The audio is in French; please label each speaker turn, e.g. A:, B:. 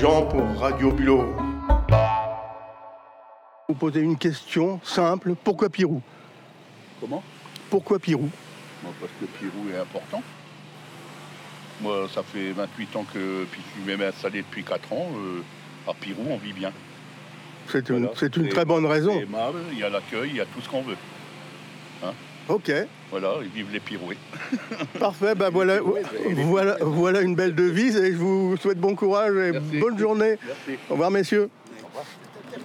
A: Jean pour Radio Bulot.
B: Vous posez une question simple, pourquoi Pirou
A: Comment
B: Pourquoi Pirou
A: Moi, Parce que Pirou est important. Moi, ça fait 28 ans que puis je suis même installé depuis 4 ans. euh, à Pirou, on vit bien.
B: C'est une,
A: Voilà.
B: c'est une
A: Et-
B: très bonne
A: C'est
B: raison.
A: aimable, il y a l'accueil, il y a tout ce qu'on veut.
B: Ok,
A: Voilà, et vive les Piroués.
B: parfait, ben voilà,
A: Ouais, bah, il est-
B: voilà, voilà une belle devise et je vous souhaite bon courage et
A: Merci.
B: bonne journée.
A: Merci.
B: Au revoir messieurs.